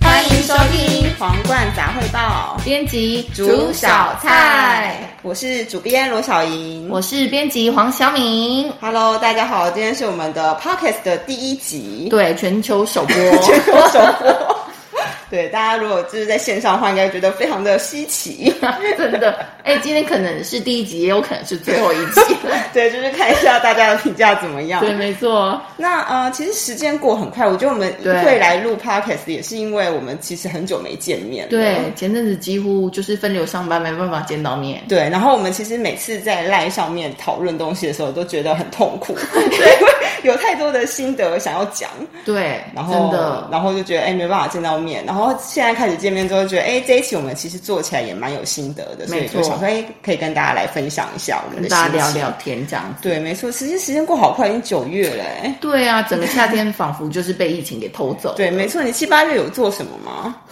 欢迎收听《皇冠杂汇报》，编辑煮小菜，，我是主编罗小莹。我是编辑黄晓敏， Hello，大家好，今天是我们的 Podcast 的第一集，对全球首播， 全国首播。 对，大家如果就是在线上的话，应该觉得非常的稀奇。真的，哎、今天可能是第一集，也有可能是最后一 集，对，就是看一下大家的评价怎么样。对，没错，那呃，其实时间过很快，我觉得我们对会来录 podcast 也是因为我们其实很久没见面了。对，前阵子几乎就是分流上班，没办法见到面，对，然后我们其实每次在赖上面讨论东西的时候，都觉得很痛 苦，因为有太多的心得想要讲，对，然真后的，然后就觉得哎没办法见到面，然后现在开始见面之后，觉得哎这一期我们其实做起来也蛮有心得的，所以没就错想说哎可以跟大家来分享一下我们的跟心大家情聊。聊天这样子。对，没错，其实时间过好快，已经九月了、哎对啊，整个夏天仿佛就是被疫情给偷走。对，没错，你七八月有做什么吗？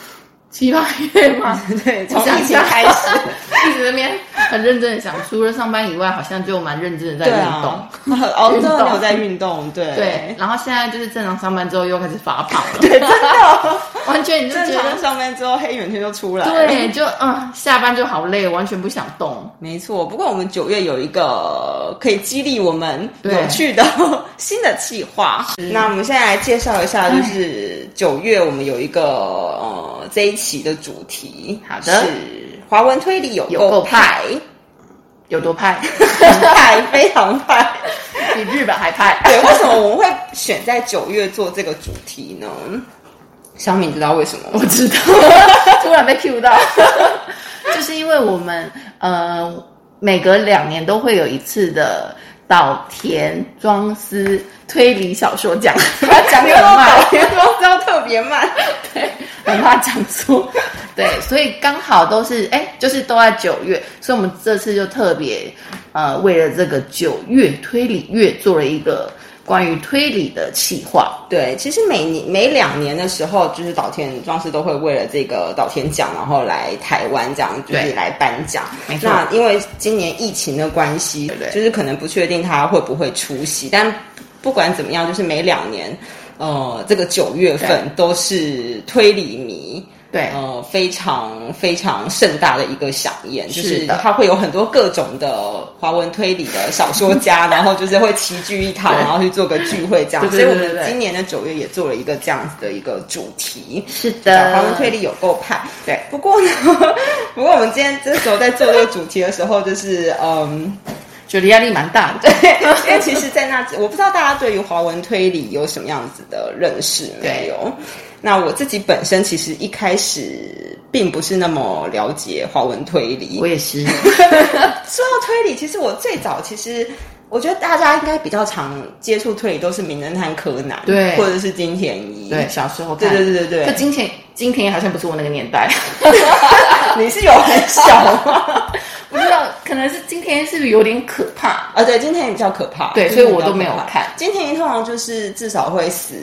七八月嘛，对， 从我想疫情开始。 一直在那边很认真的想，除了上班以外，好像就蛮认真的在对运动。啊， 哦，真的运动没有在运动，对对，然后现在就是正常上班之后又开始发胖了，对， 真的， 哦完全你就正觉常得上班之后黑眼圈就出来了。对，就啊、下班就好累，完全不想动。没错，不过我们九月有一个可以激励我们对有趣的新的计划。那我们现在来介绍一下，哎就是九月我们有一个呃这一期的主题，好的是华文推理有有够够派，有多 派，很派，非常 派。比日本还派。 对，为什么我们会选在九月做这个主题呢？小敏知道为什么吗？我知道，突然被 Q 到， 就是因为我们呃每隔两年都会有一次的岛田庄司推理小说 奖，他讲很有 慢慢，，别说要特别慢。很怕讲错。对，所以刚好都是哎、就是都在九月，所以我们这次就特别呃，为了这个九月推理月做了一个关于推理的企划。对，其实每年每两年的时候，就是岛田壮士都会为了这个岛田奖，然后来台湾这样，就是对来颁奖。没错那因为今年疫情的关系，对对就是可能不确定他会不会出席，但不管怎么样，就是每两年，呃，这个九月份都是推理迷。对呃，非常非常盛大的一个飨宴，就是是的它会有很多各种的华文推理的小说家，然后就是会齐聚一堂，对然后去做个聚会这样。所对对以我对们对对今年的九月也做了一个这样子的一个主题。是华文推理有够派，对不过呢， 不过我们今天这时候在做这个主题的时候，就是嗯，觉得压力蛮大的。 因为其实，在那之我不知道大家对于华文推理有什么样子的认识没有？那我自己本身其实一开始并不是那么了解华文推理，我也是，说到推理，其实我最早其实。我觉得大家应该比较常接触推理都是名侦探柯南，对或者是金田一， 对，小时候对看。对对对可对，金田金田好像不是我那个年代， 你是有很小吗？ 不知 道可能是金田是不是有点可怕？啊，对，金田一比较可怕，对金田一所以我都比较可怕没有看金田一通常就是至少会死，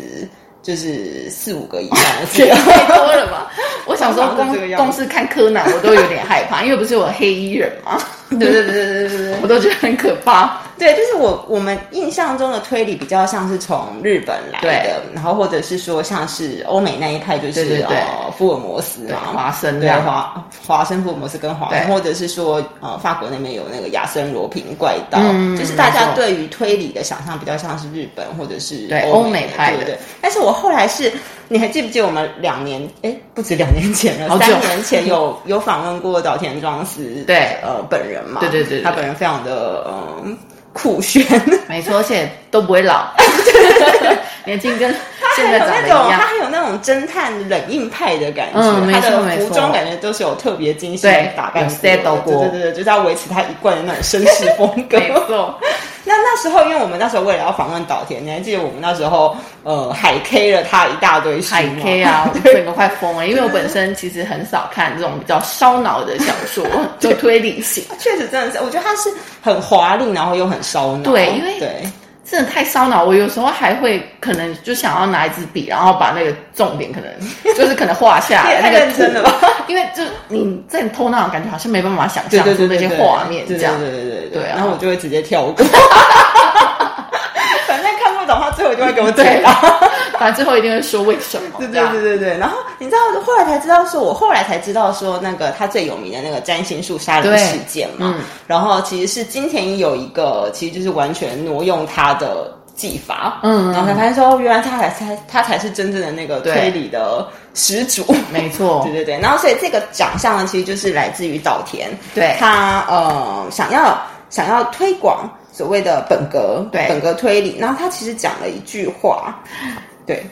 就是四五个以上的这也 个，太多了 吧？我小时候通常光是这个样子光是看柯南，我都有点害怕，因为不是有黑衣人吗？ 对对对对对对对我都觉得很可怕。对，就是我我们印象中的推理比较像是从日本来的，然后或者是说像是欧美那一派，就是对对对呃福尔摩斯对嘛，华生对这样华华生福尔摩斯跟华生，对或者是说呃法国那边有那个亚森罗平怪盗，嗯就是大没家错对于推理的想象比较像是日本或者是对欧欧美派对不的对？但是我后来是。你还记不记得我们两年？哎，不止两年前了，好久三年前有有访问过岛田庄司，对呃，本人嘛，对对对对他本人非常的嗯酷炫，没错，而且都不 会老，年轻跟现还有那种在长得一他样。还有那种侦探冷硬派的感觉，嗯没他错的没服错装感觉都是有特别精心对打扮有过 settle 过对对对，就是要维持他一贯的那种绅士风格。没错，那那时候，因为我们那时候为了要访问岛田，你还记得我们那时候呃海 K 了他一大堆书吗海 K 啊，我整个快疯了，因为我本身其实很少看这种比较烧脑的小说，就推理型，确实真的是，我觉得他是很华丽，然后又很烧脑。对因为对真的太烧脑。我有时候还会可能就想要拿一支笔，然后把那个重点可能就是可能画下也来， 太那个认图真了吧？ 因为就你在偷那种感觉，好像没办法想对象对对出那对些对画面这对样。对对对对对啊然后我就会直接跳过。反正看不懂他所以我就会给我嘴到。反正最后 一定会说为什么。对这对样对对对，然后你知道，后来才知道说，我后来才知道说，那个他最有名的那个占星术杀人对事件嘛，嗯然后其实是金田一有一个，其实就是完全挪用他的技法，嗯嗯然后才发现说，哦原来他才才他才是真正的那个对推理的始祖，没错对，对对，然后所以这个奖项呢，其实就是来自于早田，对他呃想要想要推广所谓的本格，对本格推理，然后他其实讲了一句话，对，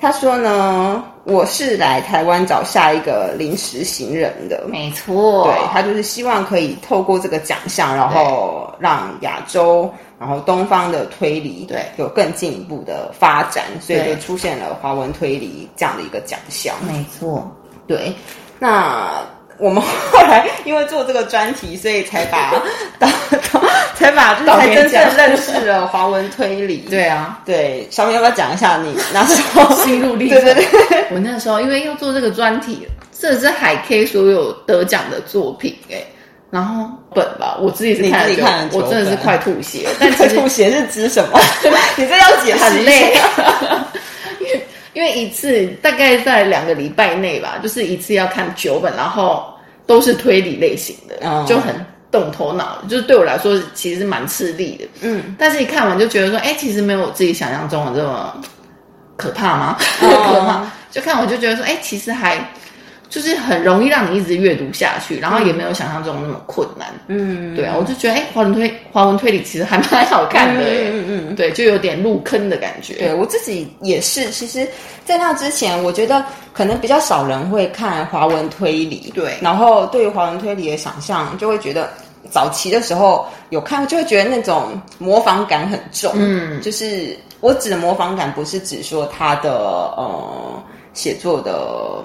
他说呢，我是来台湾找下一个临时行人的。没错，对他就是希望可以透过这个奖项，然后让亚洲，然后东方的推理对有更进一步的发展，所以对就出现了华文推理这样的一个奖项。没错，对，那我们后来因为做这个专题，所以才 把到到才把就是才真正认识了华文推理。对啊，对，小米要不要讲一下你那时候 心路历程。对对对， 我那时候因为要做这个专题，这是海 K 所有得奖的作品哎、然后本吧，我自己是你看自了己九看了九我真的是本快吐血， 但 其实吐血是指什 么？你这要解释很一下累， 因为因为一次大概在两个礼拜内吧，就是一次要看九本，然后都是推理类型的，哦就很动头脑，就是对我来说其实蛮吃力的。嗯，但是一看完就觉得说，哎、其实没有我自己想象中的这么可怕吗？哦 可怕。就看我就觉得说，哎、其实还就是很容易让你一直阅读下去，然后也没有想象中那么困难。嗯，对啊，我就觉得，哎、华文推华文推理其实还蛮好看的、哎嗯嗯嗯对，就有点入坑的感觉。对我自己也是，其实，在那之前，我觉得可能比较少人会看华文推理，对然后对于华文推理的想象，就会觉得早期的时候有看，就会觉得那种模仿感很重，嗯就是我指的模仿感，不是指说他的呃写作的。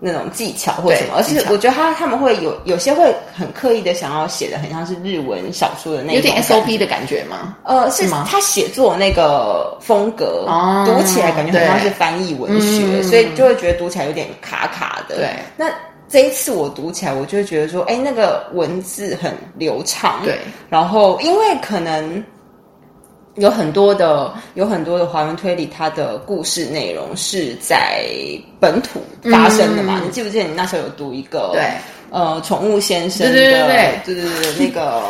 那种技巧或什么，对而是技巧我觉得他他们会有有些会很刻意的想要写的很像是日文小说的那有种点感觉 SOP 的感觉吗？呃，是是吗他写作那个风格，哦读起来感觉很像是对翻译文学，嗯所以就会觉得读起来有点卡卡的。对，那这一次我读起来，我就会觉得说，哎，那个文字很流畅。对，然后因为可能。有很多的有很多的华文推理，它的故事内容是在本土发生的嘛？嗯你记不记得你那时候有读一个对呃宠物先生的对对对对对对对那个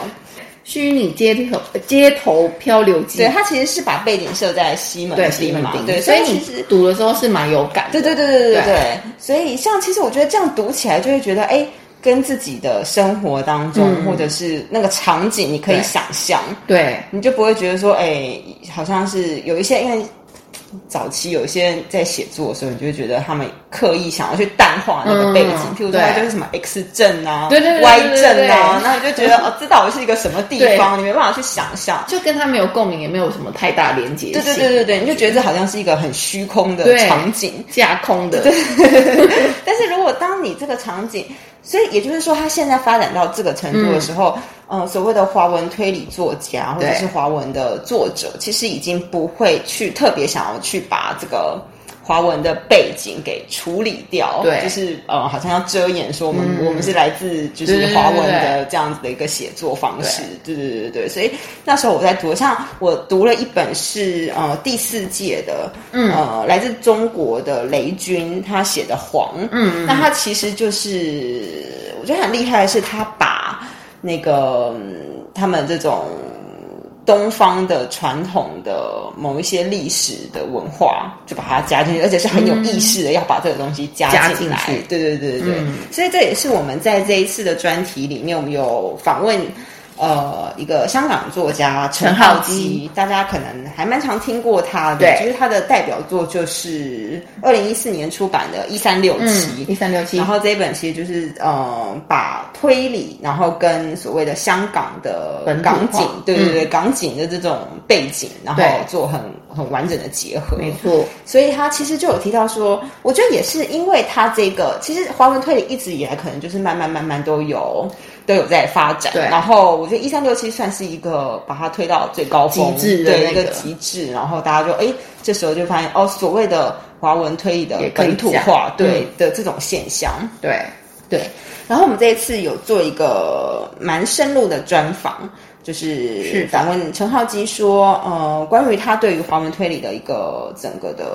虚拟街头街头漂流记对，，它其实是把背景设在西门嗯对，西町门嘛，町，对，所以其你实。读的时候是蛮有感的。对对对对对对对对，所以像其实我觉得这样读起来就会觉得，哎，跟自己的生活当中、嗯或者是那个场景，你可以对想象，对你就不会觉得说，哎，好像是有一些因为早期有一些人在写作的时候，你就会觉得他们刻意想要去淡化那个背景，嗯譬如说对他就是什么 X 症啊、对对对对 Y 对对症啊，对那你就觉得哦，知道我是一个什么地对方，你没办法去想象。就跟他没有共鸣，也没有什么太大连接对性。对对对对，你就觉得这好像是一个很虚空的对场景。架空的，但是如果当你这个场景，所以也就是说，它现在发展到这个程度的时候，呃，所谓的华文推理作家或者嗯对是华文的作者，其实已经不会去特别想要去把这个。华文的背景给处理掉，对就是呃，好像要遮掩说我们、嗯我们是来自就是对对对华文对的这样子的一个写作方式，对对对对对，所以那时候我在读，像我读了一本是呃第四届的，嗯呃，来自中国的雷军他写的《黄》，嗯那他其实就是我觉得很厉害的是，他把那个、嗯他们这种东方的传统的某一些历史的文化，就把它加进去，而且是很有意识的要把这个东西加加进进来。去对对对对对，嗯所以这也是我们在这一次的专题里面，我们有访问。呃，一个香港作家陈陈浩浩基基，大家可能还蛮常听过他的，对就是他的代表作就是二零一四年出版的《一三六七嗯，》，一三六七然，后这一本其实就是呃，把推理，然后跟所谓的香港的本土化嗯港景，对对对，港景的这种背景，然后对做很很完整的结合。没错，所以他其实就有提到说，我觉得也是因为他这个，其实华文推理一直以来可能就是慢慢慢慢都有都有在发展。对然后我觉得一三六七算是一个把它推到最高峰极致的对那一个个极致，然后大家就哎，这时候就发现哦，所谓的华文推理的也可以本土讲化，对、嗯的这种现象。对，对，然后我们这一次有做一个蛮深入的专访，就是是访问陈浩基说，呃，关于他对于华文推理的一个整个的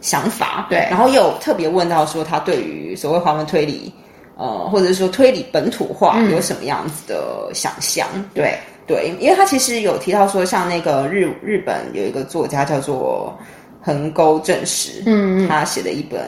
想法，对然后有特别问到说他对于所谓华文推理，呃，或者是说推理本土化嗯有什么样子的想象？对，对，因为他其实有提到说，像那个日日本有一个作家叫做横沟正史，嗯嗯他写的一本《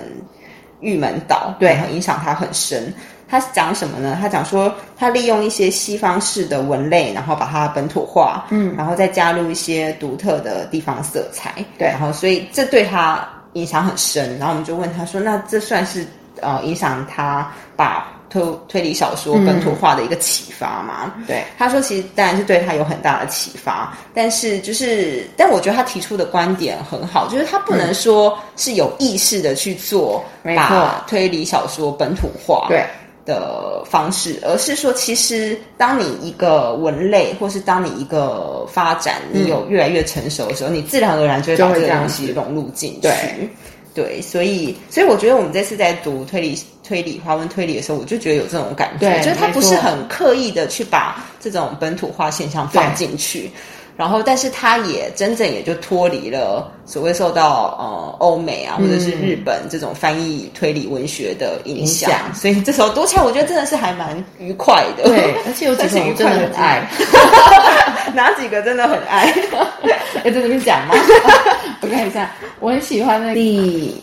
玉门岛》，对然后影响他很深。他讲什么呢？他讲说，他利用一些西方式的文类，然后把它本土化，嗯，然后再加入一些独特的地方色彩，对然后所以这对他影响很深。然后我们就问他说，那这算是呃影响他把推推理小嗯说本土化的一个启发吗？对，他说其实当然是对他有很大的启发，但是就是，但我觉得他提出的观点很好，就是他不能说是有意识的去做嗯没把错推理小说本土化对，的方式，而是说其实当你一个文类或是当你一个发展，你有越来越成熟的时候，你自然而然就会就把会这个这样东西融入进去。对对，所以所以我觉得我们这次在读推理推理华文推理的时候，我就觉得有这种感觉，对就是他没不错是很刻意的去把这种本土化现象放进去。然后，但是他也真正也就脱离了所谓受到呃欧美啊或者是日本这种翻译推理文学的影响，嗯影响所以这首读起来我觉得真的是还蛮愉快的。 对，而且有几算是首愉我真快的的很爱，爱， 哪几个真的很爱？要哎在这边 讲吗？我看一下，我很喜欢那第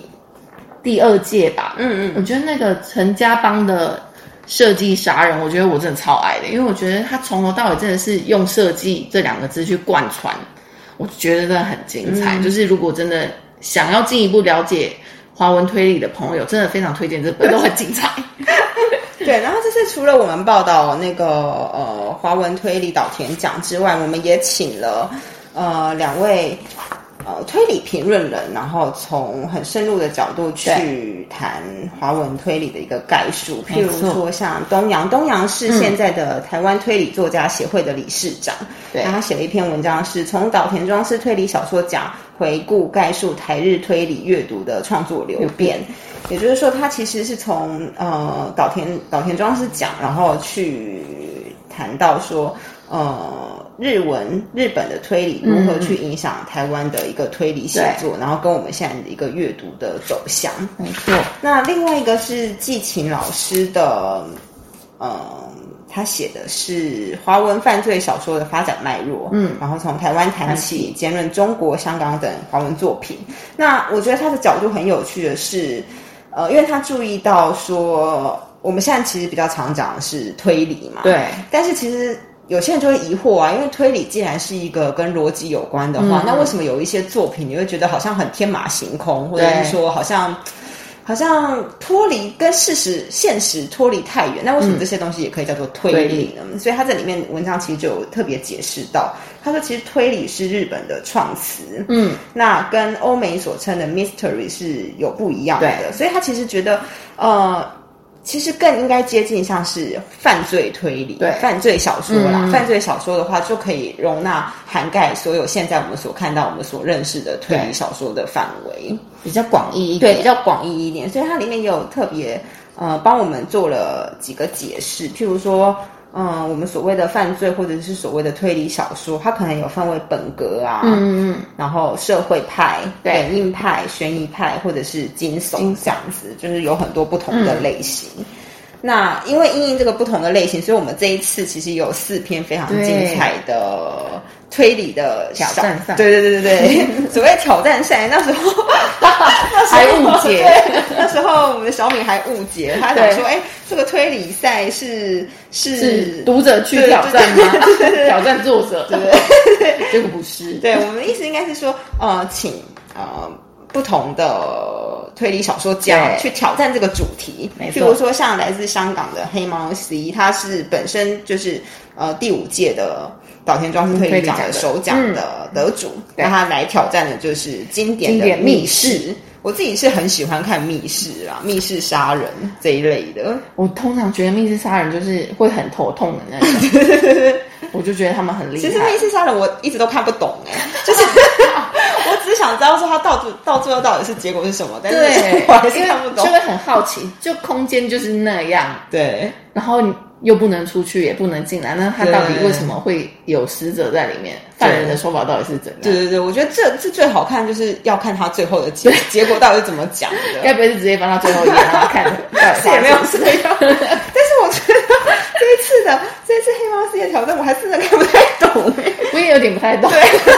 第二届吧，嗯嗯，我觉得那个陈家邦的设计杀人，我觉得我真的超爱的，因为我觉得他从头到尾真的是用设计这两个字去贯穿，我觉得真的很精彩。就是如果真的想要进一步了解华文推理的朋友，真的非常推荐这本，都很精彩。对，然后这次除了我们报道那个呃华文推理岛田奖之外，我们也请了呃两位呃推理评论人，然后从很深入的角度去谈华文推理的一个概述，譬没如错嗯说像东阳，东阳是现在的台湾推理作家协会的理事长，对然后他写了一篇文章是从岛田庄司推理小说奖回顾概述台日推理阅读的创作流变。也就是说，他其实是从呃岛田岛田庄司讲，然后去谈到说，呃日文日本的推理如何去影响台湾的一个推理写作，然后跟我们现在的一个阅读的走向。没错，那另外一个是季琴老师的，嗯，他写的是华文犯罪小说的发展脉络，嗯，然后从台湾谈起，兼论中国、香港等华文作品。那我觉得他的角度很有趣的是，呃，因为他注意到说，我们现在其实比较常讲的是推理嘛，对，但是其实有些人就会疑惑啊，因为推理既然是一个跟逻辑有关的话，嗯那为什么有一些作品你会觉得好像很天马行空，或者对是说好像好像脱离跟事实现实脱离太远？那为什嗯么这些东西也可以叫做推理呢？嗯所以他这里面文章其实就有特别解释到，他说其实推理是日本的创词，嗯，那跟欧美所称的 mystery 是有不一样的，对所以他其实觉得，呃，其实更应该接近像是犯罪推理、对犯罪小说啦。嗯犯罪小说的话，就可以容纳涵盖所有现在我们所看到、我们所认识的推理对小说的范围，比较广义一对，点。比较广义一点。所以它里面也有特别呃帮我们做了几个解释，譬如说。嗯，我们所谓的犯罪或者是所谓的推理小说，它可能有分为本格啊，嗯嗯然后社会派、对本硬派、悬疑派或者是惊悚这样子，就是有很多不同嗯的类型。那因为因应这个不同的类型，所以我们这一次其实有四篇非常对精彩的推理的小挑战赛对对对对 对，所谓挑战赛，那时候那时候还误解对那时候我们的小米还误解，他想对说，哎，这个推理赛是是嗯，是读者去挑战吗？挑战作者，对结果不是。对，我们的意思应该是说，呃，请呃不同的推理小说家对去挑战这个主题。没譬错如说，像来自香港的黑猫 C，他是本身就是呃第五届的岛田嗯庄司推理奖的首奖的得主，那、他来挑战的就是经典经的典密密室。我自己是很喜欢看密室啊，密室杀人这一类的。我通常觉得密室杀人就是会很头痛的那种，我就觉得他们很厉害。其实密室杀人我一直都看不懂 哎、就是我只想知道说他到最到最后到底是结果是什么，但是对， 我还是因为看不懂就。会很好奇，就空间就是那样，对然后你又不能出去，也不能进来，那他到底为什么会有死者在里面？犯人的说法到底是怎对样？对对，我觉得这这最好看就是要看他最后的结 结果到底是怎么讲的。该不会是直接翻到最后一页让他看？ 到是底发也生没有这样，但是我觉得这一次的这一次黑猫世界挑战，我还真的看不太懂哎、 我也有点不太懂。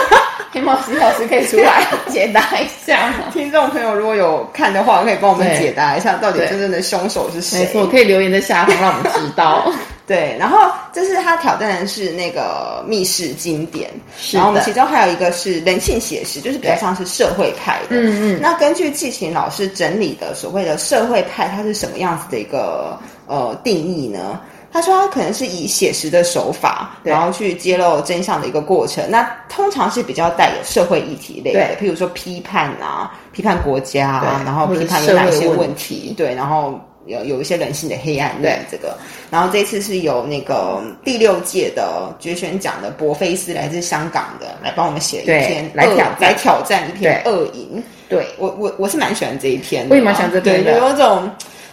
黑猫十小时可以出来解答一下吗？听众朋友如果有看的话，可以帮我们对解答一下，到底对真正的凶手是 谁没？错，可以留言在下方让我们知 道。对，然后这是他挑战的是那个密室经典，是的然后我们其中还有一个是人性写实，就是比较像是社会派的。嗯嗯那根据季琴老师整理的所谓的社会派，它是什么样子的一个呃定义呢？他说，他可能是以写实的手法，对然后去揭露真相的一个过程。那通常是比较带有社会议题类的，譬如说批判啊，批判国家啊，对然后或者批判有社哪会些问问题，对，然后有有一些人性的黑暗面这个。然后这次是由那个第六届的决选奖的博菲斯来自香港的来帮我们写了一对篇来恶挑战来挑战一篇对恶影。对，我我我是蛮喜欢这一篇的，我也蛮喜欢这篇的对，有一种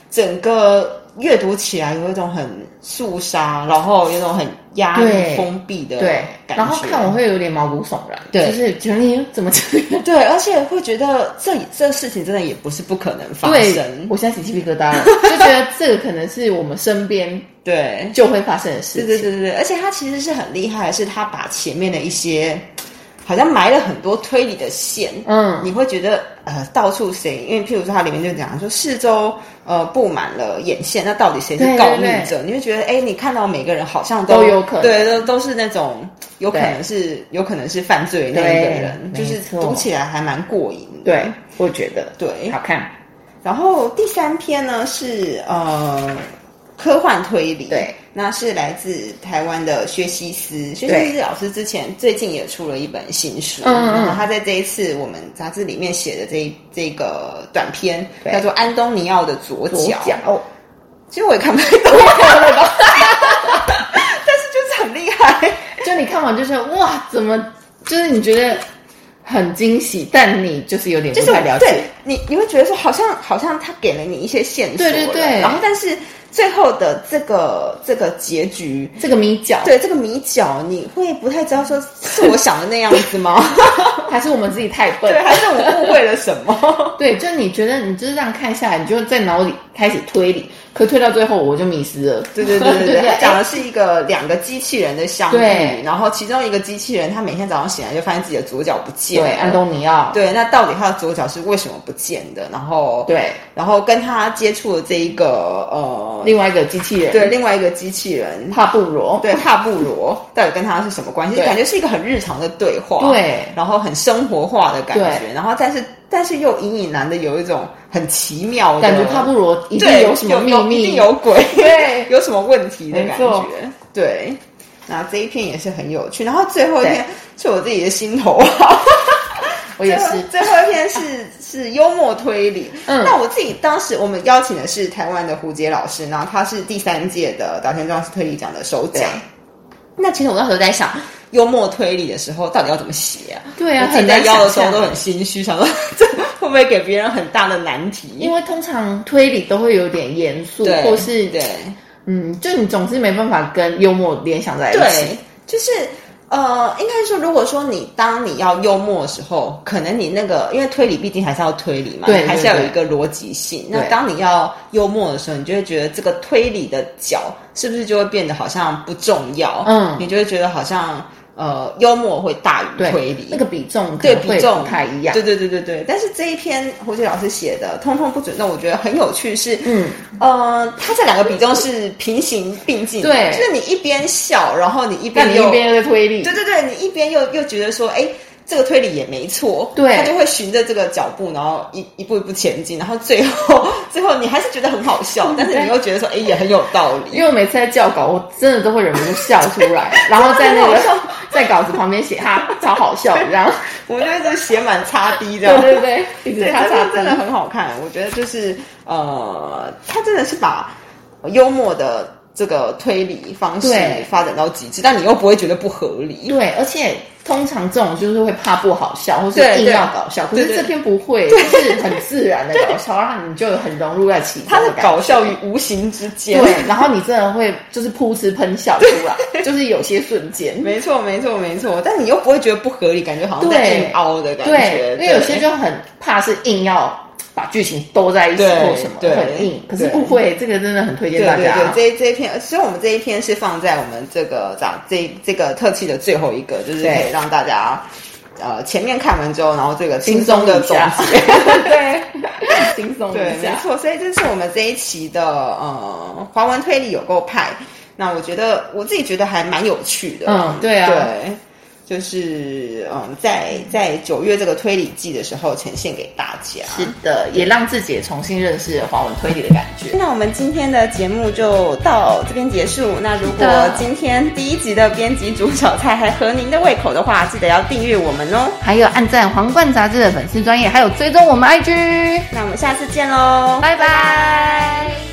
整个阅读起来有一种很肃杀，然后有一种很压抑、对封闭的对，感觉。然后看我会有点毛骨悚然，对就是觉得你怎么这样？对，而且会觉得这这事情真的也不是不可能发对，生，我现在起鸡皮疙瘩了， 就觉得这个可能是我们身边对，就会发生的事对情。对对对对，而且他其实是很厉害的，是他把前面的一些好像埋了很多推理的线，嗯你会觉得呃到处谁，因为譬如说它里面就讲说四周呃布满了眼线，那到底谁是对对告密对者？你会觉得哎，你看到每个人好像都有可能对，都都是那种有可对能是有可能是犯罪的那一个对人，没就是错读起来还蛮过瘾的。对，我觉得对，好看。然后第三篇呢是呃科幻推理，对，那是来自台湾的薛西斯，薛西斯老师之前最近也出了一本新书，嗯嗯嗯然后他在这一次我们杂志里面写的这一这个短篇对叫做《安东尼奥的左脚》，左脚，其实我也看不太 懂，但是就是很厉害，就你看完就是哇，怎么就是你觉得很惊喜，但你就是有点就不是太了对解。你，你会觉得说好像好像他给了你一些线索了，对对对然后但是最后的这个这个结局。这个米角，对这个米角，你会不太知道说是我想的那样子吗？还是我们自己太 笨对，？还是我误会了什么？对，就你觉得你就是这样看下来，你就在脑里开始推理，可推到最后我就迷失了。 对对对对对对， 他讲哎的是一个两个机器人的相遇对，然后其中一个机器人他每天早上醒来就发现自己的左脚不见对安了，东尼奥，对，那到底他的左脚是为什么不见的？然后，对，然后跟他接触的这一个呃，另外一个机器人，对，另外一个机器人，帕布罗，对，帕布罗到底跟他是什么关系？对感觉是一个很日常的对话，对然后很生活化的感觉，对然后但是但是又隐隐然的有一种很奇妙的感觉帕布罗一定对有什么秘有一密，定有鬼， 对有什么问题的感没错觉，对。那这一篇也是很有趣，然后最后一篇是我自己的心头好，我也是，最后一篇是 是幽默推理。嗯那我自己当时我们邀请的是台湾的胡杰老师，然后他是第三届的岛田庄司推理奖的首奖。那其实我那时候在想，幽默推理的时候到底要怎么写啊？对啊我自己在很难邀的时候想象都很心虚，想说 这会不会给别人很大的难题？因为通常推理都会有点严肃，对，或是对嗯，就你总是没办法跟幽默联想在一起。对，就是。呃，应该说，如果说你当你要幽默的时候，可能你那个因为推理毕竟还是要推理嘛，对还是要有对一个逻辑性。那对当你要幽默的时候，你就会觉得这个推理的角是不是就会变得好像不重要？嗯你就会觉得好像呃，幽默会大于对，推理。那个比重可对能比会重不太一样对。对对对对。但是这一篇胡杰老师写的《通通不准动》，我觉得很有趣是，嗯，呃，它这两个比重是平行并进的，对就是你一边笑，然后你一那边你又一边又在推理对，对对，你一边又又觉得说，哎，这个推理也没错，对他就会循着这个脚步，然后一一步一步前进，然后最后最后你还是觉得很好笑，但是你又觉得说，哎，也很有道理，嗯因为我每次在校稿，我真的都会忍不住笑出来， 然后在那真的很个在稿子旁边写哈，超好笑，然后我们就一直写 满擦滴这对样。对对，一直啊对，擦这擦个真的很好看。我觉得就是呃，他真的是把幽默的这个推理方式对发展到极致，但你又不会觉得不合理。对，而且通常这种就是会怕不好笑，或是对对硬要搞笑，可对是对这篇不会，就是很 自然的搞笑，让你就很融入在其中它的是感觉。搞笑于无形之间。对，然后你真的会就是噗嗤喷笑出来，就是有些瞬间。没错，没错，没错，但你又不会觉得不合理，感觉好像在对硬凹的感对觉。，因为有些就很怕是硬要把剧情兜在一起对或什么对很硬，可是对不会，这个真的很推荐对大对对家，。这一这一篇，所以我们这一篇是放在我们这个咋这这个特辑的最后一个，就是可以对让大家呃前面看完之后，然后这个轻松松的一总下结。 对轻松对，一没下。错，所以这是我们这一期的呃华文推理有够派。那我觉得我自己觉得还蛮有趣的，嗯对啊对。就是嗯，在在九月这个推理季的时候呈现给大家。是的，也让自己也重新认识华文推理的感 觉。那我们今天的节目就到这边结束。那如是果的今天第一集的编辑煮小菜还合您的胃口的话，记得要订阅我们哦。还有按赞皇冠杂志的粉丝专业，还有追踪我们 IG，那我们下次见喽，拜拜